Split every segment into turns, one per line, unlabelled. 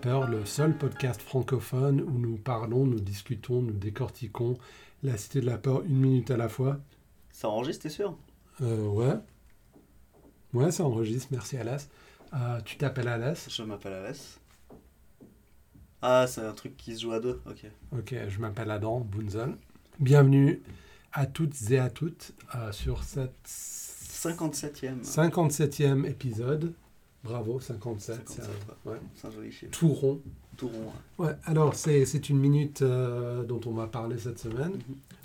Peur, le seul podcast francophone où nous parlons, nous discutons, nous décortiquons la Cité de la Peur une minute à la fois.
Ça enregistre, t'es sûr
Euh, ouais. Ouais, ça enregistre, merci Alas. Euh, tu t'appelles Alas
Je m'appelle Alès. Ah, c'est un truc qui se joue à deux, ok.
Ok, je m'appelle Adam Bunzel. Bienvenue à toutes et à toutes euh, sur cette
57ème,
57e épisode. Bravo, 57, c'est
57,
un- ouais,
c'est un joli chiffre.
tout rond.
Tout rond, hein.
Ouais, alors c'est c'est une minute euh, dont on va parler cette semaine.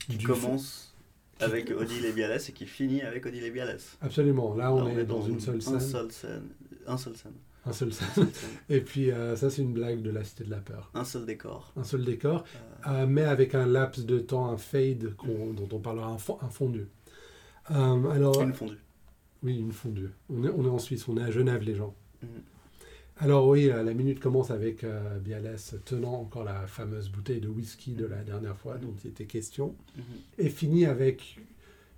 qui
Mmh. Du-
commence avec Odile et Bialès et qui finit avec Odile et Bialès.
Absolument, là on,
Là,
est, dans une seule scène.
Un seul scène. Un seul scène.
Un seul
Un
scène.
seul, scène.
Et puis euh, ça c'est une blague de la Cité de la Peur.
Un seul décor.
Un seul décor,
Euh,
euh, mais avec un laps de temps, un fade qu'on- dont on parlera, un, fo- un fondu. Euh, alors,
Une fondue.
oui, une fondue. On est, on est en Suisse, on est à Genève les gens.
Mhm.
Alors oui, euh, la minute commence avec euh, Bialès tenant encore la fameuse bouteille de whisky de la dernière fois dont il était question.
Mhm.
et finit avec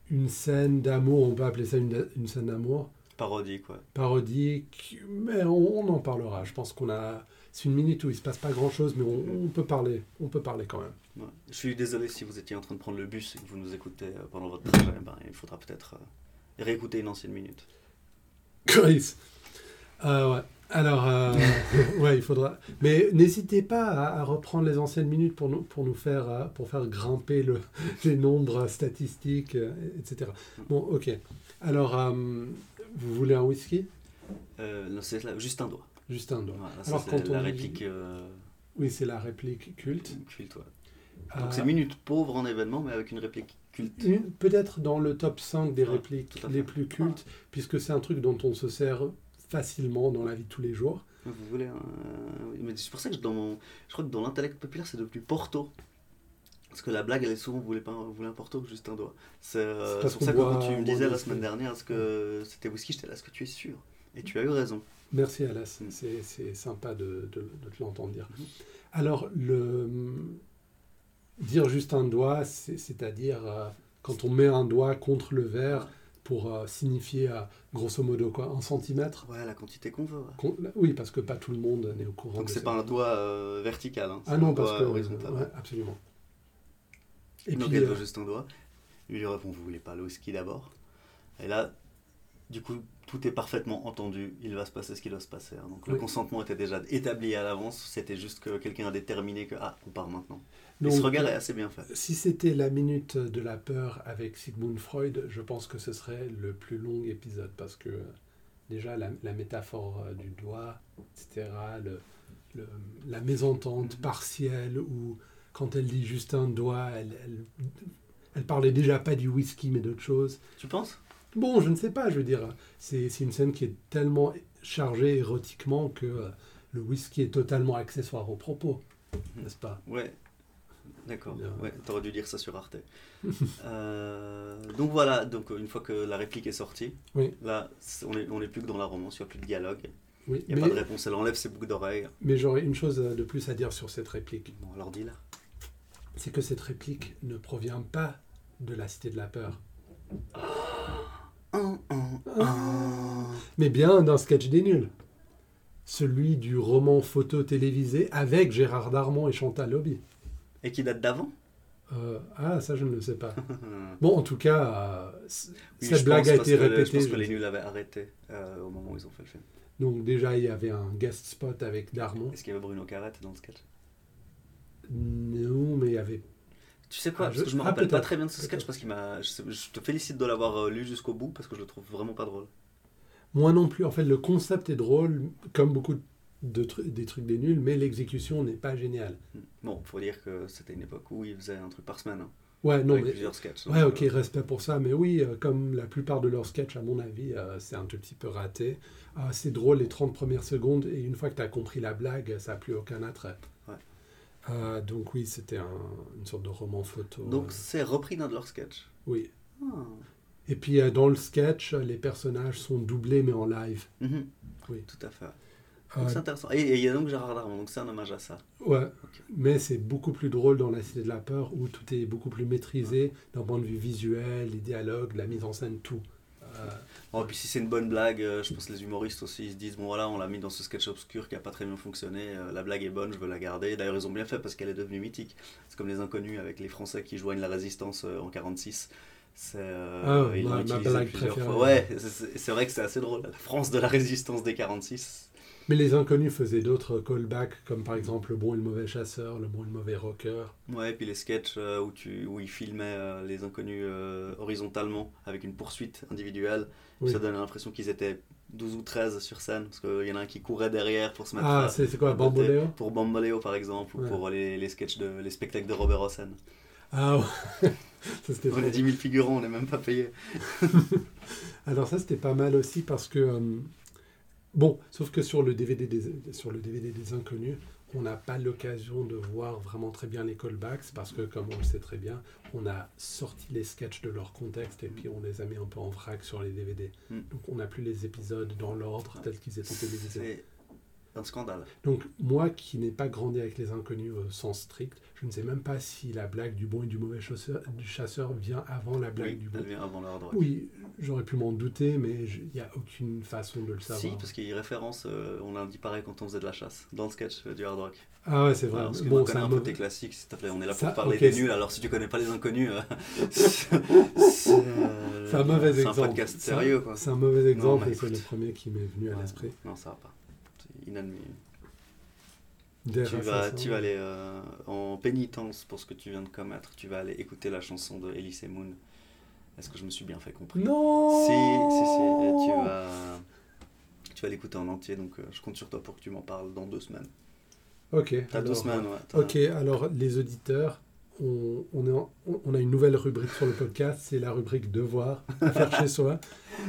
une scène d'amour, on peut appeler ça une, une scène d'amour,
Parodie, quoi.
parodique, mais on, on en parlera. Je pense qu'on a... C'est une minute où il se passe pas grand-chose, mais on, on peut parler, on peut parler quand même.
Ouais. Je suis désolé si vous étiez en train de prendre le bus et que vous nous écoutez euh, pendant votre trajet. Ben, il faudra peut-être euh, réécouter une ancienne minute.
Chris Euh, ouais. Alors, euh, ouais, il faudra... Mais n'hésitez pas à, à reprendre les anciennes minutes pour nous, pour nous faire, euh, pour faire grimper le, les nombres statistiques, euh, etc. Bon, ok. Alors, euh, vous voulez un whisky
Euh, non, c'est là, juste un doigt.
Juste un doigt.
Voilà, ça,
Alors,
c'est
quand on
la
dit-
réplique euh,
Oui, c'est la réplique culte.
culte. ouais.
Euh,
Donc c'est minute pauvre en événement, mais avec une réplique culte.
Une- Peut-être dans le top 5 des
Ouais,
répliques
tout à
les
fait.
plus cultes, puisque c'est un truc dont on se sert facilement dans la vie de tous les jours.
Vous voulez un... oui, Mais c'est pour ça que je- dans mon... je crois que dans l'intellect populaire, c'est devenu Porto. Parce que la blague, elle est souvent, vous voulez, pas... vous voulez un Porto, juste un doigt. C'est euh,
C'est
c'est
parce
pour
qu'on
ça que quand
boit-
tu
on
me
boit
disais
du
la
whisky.
semaine dernière, est-ce que c'était whisky, j'étais là, est-ce que tu es sûr Et tu as eu raison.
Merci Alas,
Mm.
c'est c'est sympa de, de- de te l'entendre dire.
Mhm.
Alors, le... dire juste un doigt, c'est- c'est-à-dire euh, quand on met un doigt contre le verre pour euh, signifier, euh, grosso modo, quoi, un centimètre.
Ah Ouais, la quantité qu'on veut. ouais.
Con- Oui, parce que pas tout le monde n'est au courant.
Donc
de
c'est
ça.
pas un doigt euh, vertical, hein, c'est
bah, Ah non,
un
parce
doigt
que...
horizontal.
ouais, absolument. Et
Donc
puis,
elle
euh,
veut juste un doigt. Il lui répond, vous voulez pas le whisky d'abord Et là, du coup, tout est parfaitement entendu. Il va se passer ce qui doit se passer. hein. Donc le
Oui.
consentement était déjà établi à l'avance. C'était juste que quelqu'un a déterminé que, ah, on part maintenant. Et
donc, euh,
ce regard est assez bien fait.
Si c'était la minute de la peur avec Sigmund Freud, je pense que ce serait le plus long épisode parce que euh, déjà la, la métaphore euh, du doigt, etc., le- le- la mésentente
Mhm.
partielle ou quand elle dit juste un doigt, elle, elle, elle parlait déjà pas du whisky mais d'autre chose.
Tu penses
Bon, je ne sais pas, je veux dire, c'est c'est une scène qui est tellement chargée érotiquement que euh, le whisky est totalement accessoire au propos,
Mhm.
n'est-ce pas
Ouais. D'accord.
Bien.
Ouais, t'aurais dû lire ça sur Arte. Euh, donc voilà, donc une fois que la réplique est sortie,
Oui.
là, c'est- on est, on est plus que dans la romance, il n'y a plus de dialogue,
Oui,
il n'y a
mais-
pas de réponse, elle enlève ses boucles d'oreilles.
mais j'aurais une chose euh, de plus à dire sur cette réplique.
Bon, alors dis-la.
c'est que cette réplique ne provient pas de la cité de la peur,
Un, un, un.
mais bien d'un sketch des nuls. Celui du roman photo télévisé avec Gérard Darmon et Chantal Lobby.
Et qui date d'avant
Euh, ah, ça, je ne le sais pas.
Oui,
Bon, en tout cas, euh, c-
je
cette blague
pense,
a
parce
été
que le- Je
répétée.
pense que
je-
les nuls l'avaient arrêté euh, au moment où ils ont fait le film.
Donc, déjà, il y avait un guest spot avec Darmon.
Est-ce qu'il y avait Bruno Carrette dans le sketch
Non, mais il y avait.
Tu sais quoi
Ah,
Parce que
je-
je me
ah,
rappelle pas
peut-être,
très bien de ce sketch
peut-être.
parce qu'il m'a. Je, sais- je te félicite de l'avoir euh, lu jusqu'au bout parce que je le trouve vraiment pas drôle.
Moi non plus. En fait, le concept est drôle, comme beaucoup de tru- des trucs des nuls, mais l'exécution n'est pas géniale.
Hmm. Bon, faut dire que c'était une époque où il faisait un truc par semaine, hein,
Ouais, non,
avec
mais
plusieurs sketchs.
Ouais,
donc,
ok,
euh,
respect pour ça, mais oui, euh, comme la plupart de leurs sketchs, à mon avis, euh, c'est un tout petit peu raté. Euh, c'est drôle les 30 premières secondes, et une fois que tu as compris la blague, ça n'a plus aucun attrait.
Ouais.
Euh, donc oui, c'était un- une sorte de roman photo.
Donc
euh,
c'est repris d'un de leurs sketchs.
oui.
Ah.
Et puis euh, dans le sketch, les personnages sont doublés, mais en live.
Mhm.
Oui.
Tout à fait. Donc
Euh,
c'est intéressant. Et et il y a donc Gérard Darmon, donc c'est un hommage à ça.
Ouais, mais c'est beaucoup plus drôle dans La Cité de la Peur où tout est beaucoup plus maîtrisé d'un point de vue visuel, les dialogues, la mise en scène, tout. Euh,
Oh, puis si c'est une bonne blague, euh, je pense que les humoristes aussi ils se disent bon voilà, on l'a mis dans ce sketch obscur qui a pas très bien fonctionné, euh, la blague est bonne, je veux la garder. D'ailleurs, ils ont bien fait parce qu'elle est devenue mythique. C'est comme les inconnus avec les Français qui joignent la résistance euh, en 46. C'est, euh,
Ah,
ils l'ont
ma- ma
utilisé
blague
plusieurs
préférée.
fois. Ouais, c'est- c'est c'est vrai que c'est assez drôle. La France de la résistance des 46.
Mais les inconnus faisaient d'autres callbacks, comme par exemple le bon et le mauvais chasseur, le bon et le mauvais rocker.
Ouais, et puis les sketchs euh, où, tu, où ils filmaient euh, les inconnus euh, horizontalement avec une poursuite individuelle.
Oui.
Ça donne l'impression qu'ils étaient 12 ou 13 sur scène parce qu'il y en a un qui courait derrière pour se mettre
Ah,
à-
c'est c'est quoi,
à botter.
Bamboléo
Pour Bamboléo par exemple, ou
Ouais.
pour les, les sketchs de, les spectacles de Robert Hossein.
Ah, ouais. ça c'était
On est
trop
10 000 figurants, on n'est même pas payé.
Alors ça, c'était pas mal aussi parce que... euh, bon, sauf que sur le DVD des, sur le DVD des Inconnus, on n'a pas l'occasion de voir vraiment très bien les callbacks parce que, comme on le sait très bien, on a sorti les sketchs de leur contexte et puis on les a mis un peu en vrac sur les DVD.
Mm.
Donc on n'a plus les épisodes dans l'ordre tels qu'ils étaient télévisés.
C'est un scandale.
Donc moi qui n'ai pas grandi avec les inconnus au sens strict, je ne sais même pas si la blague du bon et du mauvais chasseur, du chasseur vient avant la blague
Oui,
du bon.
elle vient avant l'ordre. ouais.
Oui, j'aurais pu m'en douter, mais je- il n'y a aucune façon de le savoir.
Si, parce qu'il y a référence, euh, on l'a dit pareil quand on faisait de la chasse, dans le sketch euh, du hard rock.
Ah ouais, c'est vrai.
Alors, parce que
bon,
moi,
c'est
connais
un
un peu
mauvais-
tes classiques, s'il te plaît, on est là
Ça,
pour parler
ok,
des
c'est-
nuls, alors si tu connais pas les inconnus, euh, c'est euh,
c'est un mauvais exemple.
C'est un podcast
C'est un-
sérieux, quoi.
C'est un mauvais exemple
mais
et c'est le
écoute.
premier qui m'est venu à
Ouais.
l'esprit.
Non, ça va pas. C'est inadmissible.
Des
Tu vas,
RSS,
tu
hein.
vas aller euh, en pénitence pour ce que tu viens de commettre. Tu vas aller écouter la chanson de Elise et Moon. Est-ce que je me suis bien fait comprendre
Non
Si, si, si. Et tu vas, tu vas l'écouter en entier. Donc euh, je compte sur toi pour que tu m'en parles dans deux semaines.
Ok.
T'as deux
alors,
semaines, ouais. T'as-
Ok, alors les auditeurs, on, on est en- on- on a une nouvelle rubrique sur le podcast, c'est la rubrique devoir à faire chez soi.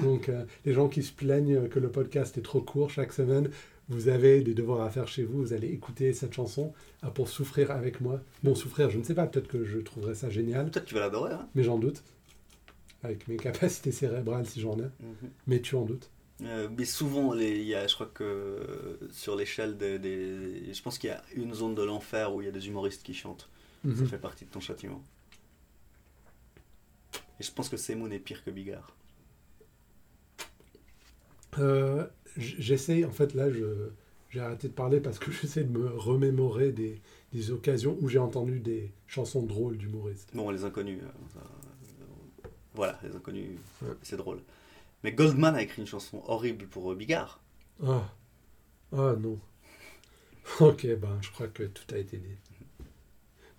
Donc euh, les gens qui se plaignent que le podcast est trop court chaque semaine, vous avez des devoirs à faire chez vous, vous allez écouter cette chanson euh, pour souffrir avec moi. Bon, souffrir, je ne sais pas, peut-être que je trouverais ça génial,
Peut-être que tu vas l'adorer. Hein
mais j'en doute. Avec mes capacités cérébrales si j'en ai,
Mhm.
mais tu en doutes.
Euh, mais souvent, les- il y a, je crois que euh, sur l'échelle des, des- Je pense qu'il y a une zone de l'enfer où il y a des humoristes qui chantent. Ça
Mhm.
fait partie de ton châtiment. Et je pense que Semoun est pire que Bigard.
Euh, j- J'essaye, en fait, là, je- j'ai arrêté de parler parce que j'essaie de me remémorer des, des occasions où j'ai entendu des chansons drôles d'humoristes.
Bon, les inconnus. euh, ça- euh, voilà, les inconnus,
Ouais.
c'est drôle. Mais Goldman a écrit une chanson horrible pour euh, Bigard.
Ah, ah non. Ok, ben, je crois que tout a été dit.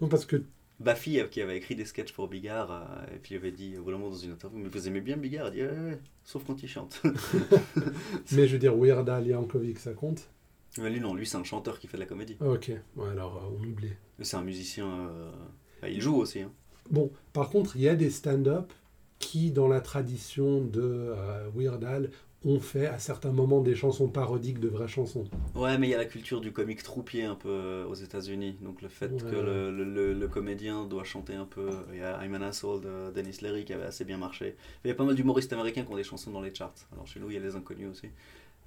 Non, parce que,
Baffy, euh, qui avait écrit des sketchs pour Bigard, euh, et puis il avait dit euh, vraiment dans une interview Mais vous aimez bien Bigard Il dit Ouais, ouais, ouais, sauf quand il chante.
mais je veux dire, Weird Al Yankovic, ça compte
Mais lui, non, lui, c'est un chanteur qui fait de la comédie.
Ah, Ok, ouais, alors, euh, on oublie.
Mais C'est un musicien. euh, bah, il joue aussi. hein.
Bon, par contre, il y a des stand-up qui, dans la tradition de euh, Weird Al, ont fait à certains moments des chansons parodiques de vraies chansons.
Ouais, mais il y a la culture du comique troupier un peu euh, aux États-Unis. Donc le fait
Ouais.
que le, le- le- le comédien doit chanter un peu. Il y a I'm an Asshole de Dennis Leary qui avait assez bien marché. Il y a pas mal d'humoristes américains qui ont des chansons dans les charts. Alors chez nous, il y a les inconnus aussi.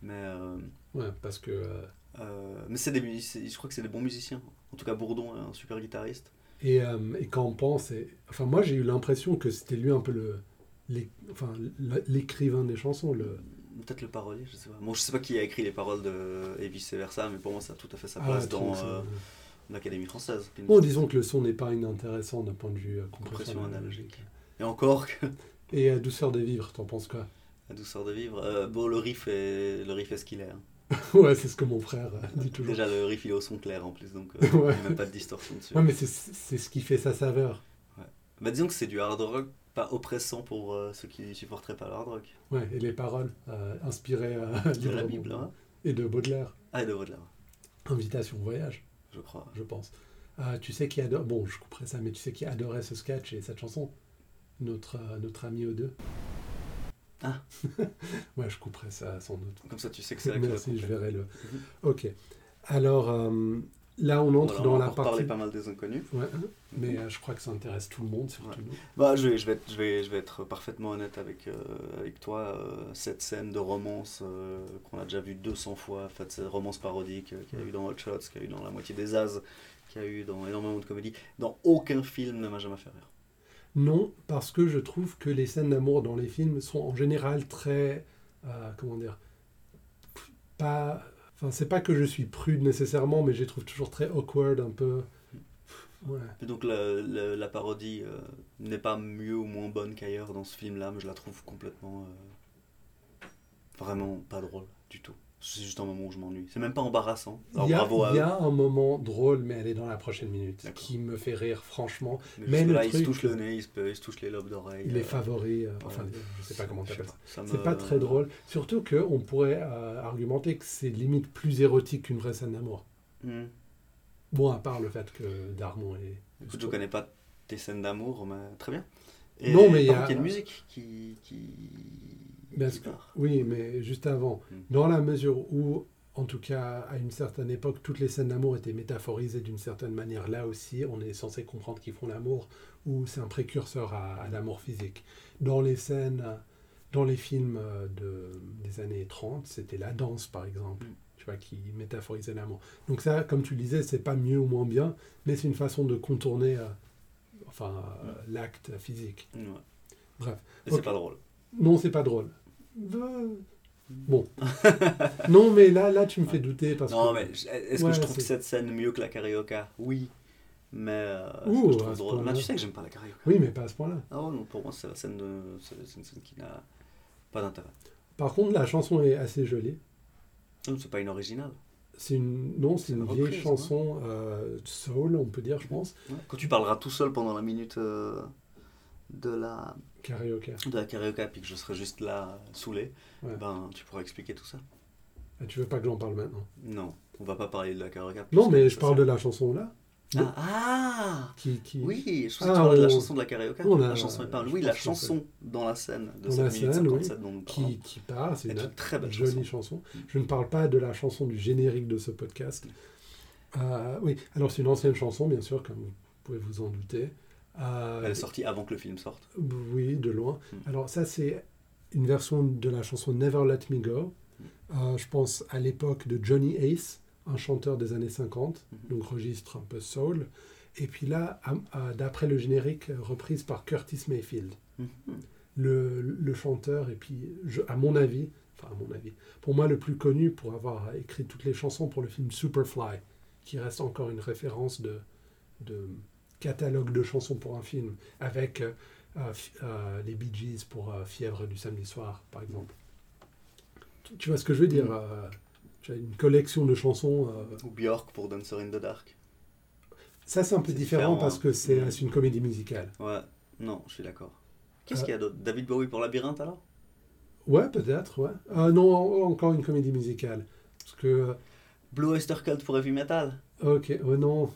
Mais, euh,
Ouais, parce que... euh,
euh, mais c'est des musiciens. Je crois que c'est des bons musiciens. En tout cas, Bourdon est un super guitariste.
Et, euh, et quand on pense, et- enfin moi j'ai eu l'impression que c'était lui un peu le, l'é- enfin l- l'écrivain des chansons. Le,
Peut-être le parolier, je sais pas. Bon, je sais pas qui a écrit les paroles de et vice versa, mais pour moi, ça a tout à fait sa
Ah,
place
le truc,
dans
ça.
euh, l'Académie française.
Bon, disons que le son n'est pas inintéressant d'un point de vue euh, compression,
Compression
analogique.
Et encore,
Et euh, douceur des vivres, t'en penses quoi
la douceur de vivre. Euh, bon, le riff est, le riff est ce qu'il est. hein.
Ouais, c'est ce que mon frère euh, dit toujours.
Déjà, le riff, il est au son clair en plus, donc euh, il n'y
Ouais.
a même pas de distorsion dessus.
Ouais, mais c'est c'est ce qui fait sa saveur.
Bah, disons que c'est du hard rock pas oppressant pour euh, ceux qui supporteraient pas le hard rock.
Ouais, et les paroles euh, inspirées euh,
De la
librement.
Bible, hein.
et de Baudelaire.
Ah, et de Baudelaire,
Invitation au voyage.
je crois.
je pense. Euh, tu sais qui adore. Bon, je couperai ça, mais tu sais qui adorait ce sketch et cette chanson Notre, euh, notre ami O2.
Ah.
ouais, je couperai ça sans doute.
Comme ça, tu sais que c'est là que
Merci, je verrai le.
Mhm.
Ok. Alors, euh, là, on entre
Voilà,
dans
on
la
va parler
partie.
pas mal des inconnus.
Ouais, hein, mais euh, je crois que ça intéresse tout le monde, surtout nous.
Bah, je, vais, je, vais être, je, vais, je vais être parfaitement honnête avec, euh, avec toi. euh, cette scène de romance euh, qu'on a déjà vue 200 fois, en fait, cette romance parodique euh,
Mm.
qu'il y a eu dans Hot Shots, qu'il y a eu dans la moitié des As, qu'il y a eu dans énormément de comédies, dans aucun film ne m'a jamais fait rire.
Non, parce que je trouve que les scènes d'amour dans les films sont en général très. euh, comment dire Pas. Enfin, c'est pas que je suis prude nécessairement, mais je les trouve toujours très awkward, un peu. Ouais.
Et donc la, la- la parodie euh, n'est pas mieux ou moins bonne qu'ailleurs dans ce film-là, mais je la trouve complètement... euh, vraiment pas drôle du tout. C'est juste un moment où je m'ennuie. C'est même pas embarrassant. Alors
Il y a,
Ah, bravo à
il y
eux.
a un moment drôle, mais elle est dans la prochaine minute,
D'accord.
qui me fait rire, franchement.
Mais,
mais
jusque
le
là, ils se
truc,
touchent le
euh,
nez, ils se, ils se touchent les lobes d'oreille.
Les
euh,
favoris, euh, enfin,
ouais.
je sais pas comment
je sais
t'appelles ça.
pas. Euh, Ça me-
C'est pas très drôle. Surtout qu'on pourrait euh, argumenter que c'est limite plus érotique qu'une vraie scène d'amour.
Hmm.
Bon, à part le fait que Darmon est.
Écoute, je connais pas tes scènes d'amour, mais très bien. Et
Non, mais il y
par
a-
contre, y a une musique qui... qui...
Bien
qui
sûr.
part.
Oui, mais juste avant,
Mm.
dans la mesure où, en tout cas à une certaine époque, toutes les scènes d'amour étaient métaphorisées d'une certaine manière, là aussi, on est censé comprendre qu'ils font l'amour, ou c'est un précurseur à, à l'amour physique. Dans les scènes, dans les films euh, de, des années 30, c'était la danse, par exemple,
Mm.
tu vois, qui métaphorisait l'amour. Donc ça, comme tu le disais, c'est pas mieux ou moins bien, mais c'est une façon de contourner euh, enfin, euh,
Mm.
l'acte physique.
Hmm, Ouais.
Bref.
Et
Ok.
c'est pas drôle.
Non, c'est pas drôle. Euh, Bon. non, mais là, là, tu me fais douter parce
Non,
que.
mais je- est-ce que
Ouais,
je trouve
c'est-
cette scène mieux que la carioca Oui. Mais euh, est-ce que
Ouh,
je
à
trouve
ce
drôle.
point-là.
Mais tu sais que j'aime pas la carioca.
Oui, mais pas à ce point-là.
Ah ouais, non, pour moi, c'est la scène de. C'est c'est une scène qui n'a pas d'intérêt.
Par contre, la chanson est assez jolie.
Non, c'est pas une originale.
C'est une, non, c'est
C'est
une,
une
vieille
reprise,
chanson euh, soul, on peut dire, je pense,
Ouais. Quand tu parleras tout seul pendant la minute euh, de la
karaoke.
de la carioca, puis que je serai juste là euh, saoulé,
Ouais.
ben tu pourras expliquer tout ça.
Ah, tu veux pas que j'en parle maintenant
Non, on va pas parler de la carioca.
Non, mais
puisque
je
ça,
parle
c'est-
de la chanson là, de-
Ah, ah
qui, qui
Oui, je pensais
Ah,
que tu parlais de la
on-
chanson de la carioca.
on a-
la chanson est pas.
je
Oui, la
pense que c'est-
chanson dans la scène de
Dans la
cette minute
scène, oui.
57 dont nous parlons.
qui, qui part. C'est
C'est
une,
une très belle
jolie chanson.
chanson.
Je ne parle pas de la chanson du générique de ce podcast. Euh, oui, alors c'est une ancienne chanson, bien sûr, comme vous pouvez vous en douter. Euh,
Elle est sortie avant que le film sorte.
Oui, de loin.
Mm.
Alors ça, c'est une version de la chanson Never Let Me Go. Euh, je pense à l'époque de Johnny Ace, un chanteur des années 50,
Mhm.
donc registre un peu soul. Et puis là, à- à- d'après le générique, euh, reprise par Curtis Mayfield, Mhm. le, le chanteur, et puis je- à mon avis, enfin à mon avis, pour moi le plus connu pour avoir écrit toutes les chansons pour le film Superfly, qui reste encore une référence de, de catalogue de chansons pour un film, avec euh, euh, fi- euh, les Bee Gees pour euh, Fièvre du samedi soir, par exemple. Tu, tu vois ce que je veux dire euh, Tu as une collection de chansons. euh,
Ou Björk pour Dancer in the Dark.
ça, c'est un peu
C'est
différent, Mm.
différent,
parce
hein.
que c'est
Mhm.
c'est une comédie musicale.
Ouais, non, je suis d'accord. Qu'est-ce
Euh,
qu'il y a d'autre David Bowie pour Labyrinthe alors
Ouais, peut-être, ouais. Euh, non, en- encore une comédie musicale. Parce que. euh,
Blue Oyster Cult pour Heavy Metal
Ok, oh non.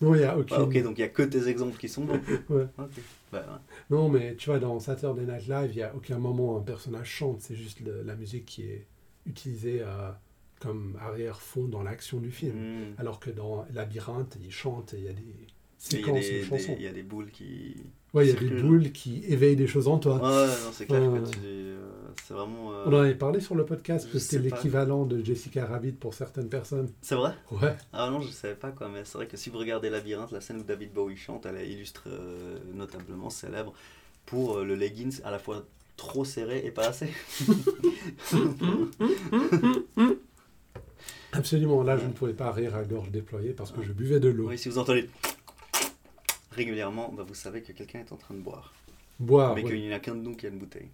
non, il n'y a aucune.
Ah, Ok, donc il n'y a que tes exemples qui sont bons.
Ouais.
Ok. Bah, ouais.
Non, mais tu vois, dans Saturday Night Live, il n'y a aucun moment où un personnage chante, c'est juste le- la musique qui est utilisée euh, comme arrière-fond dans l'action du film.
Mm.
Alors que dans Labyrinthe, ils chantent et il y a des
Et Il y, a
séquences de
des- des-
chansons.
il y a des boules qui.
Ouais, il y a des
circulent.
boules qui éveillent des choses en toi.
Ouais, ouais, non, c'est clair
Ouais,
que
ouais.
tu. euh, c'est vraiment. euh,
On en avait parlé sur le podcast
Je
que c'était
sais pas.
l'équivalent de Jessica Rabbit pour certaines personnes.
C'est vrai
Ouais.
Ah non, je savais pas quoi, mais c'est vrai que si vous regardez Labyrinthe, la scène où David Bowie chante, elle est illustre, euh, notablement célèbre pour euh, le leggings à la fois trop serré et pas assez.
Absolument. Là, je
Ouais.
ne pouvais pas rire à gorge déployée parce que je buvais de l'eau.
Oui, si vous entendez régulièrement, bah, vous savez que quelqu'un est en train de boire.
Boire.
mais
Ah, ouais.
qu'il n'y a qu'un de nous qui a une bouteille.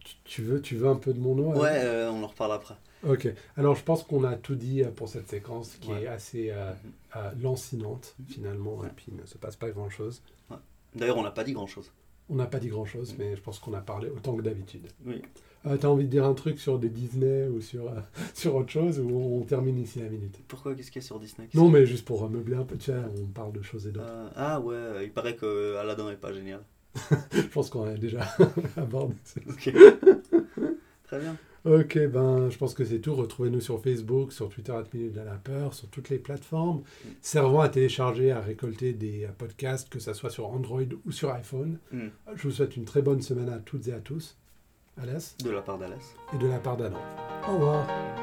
Tu- Tu veux, tu veux un peu de mon eau
Ouais,
hein
euh, on en reparle après.
Ok, alors je pense qu'on a tout dit euh, pour cette séquence qui
Ouais.
est assez euh,
Mhm.
euh, lancinante finalement,
Ouais.
et puis il ne se passe pas grand-chose.
D'ailleurs, on n'a pas dit grand-chose.
On n'a pas dit grand-chose,
Mhm.
mais je pense qu'on a parlé autant que d'habitude.
Oui.
Euh, T'as envie de dire un truc sur des Disney ou sur, euh, sur autre chose, ou on termine ici la minute
Pourquoi Qu'est-ce qu'il y a sur Disney Qu'est-ce
Non,
qu'il y
mais juste pour meubler un peu, tu sais, on parle de choses et
a
d'autres.
Euh, ah ouais, euh, il paraît que euh, Aladdin est pas génial. Ah.
Je pense qu'on a déjà abordé ça.
Ok. Très bien.
Ok, ben, je pense que c'est tout. Retrouvez-nous sur Facebook, sur Twitter, à Minute de la Peur, sur toutes les plateformes servant à télécharger, à récolter des euh, podcasts, que ce soit sur Android ou sur iPhone.
Mm.
Je vous souhaite une très bonne semaine à toutes et à tous. Alès
De la part d'Alès.
et de la part d'Adam. Au revoir.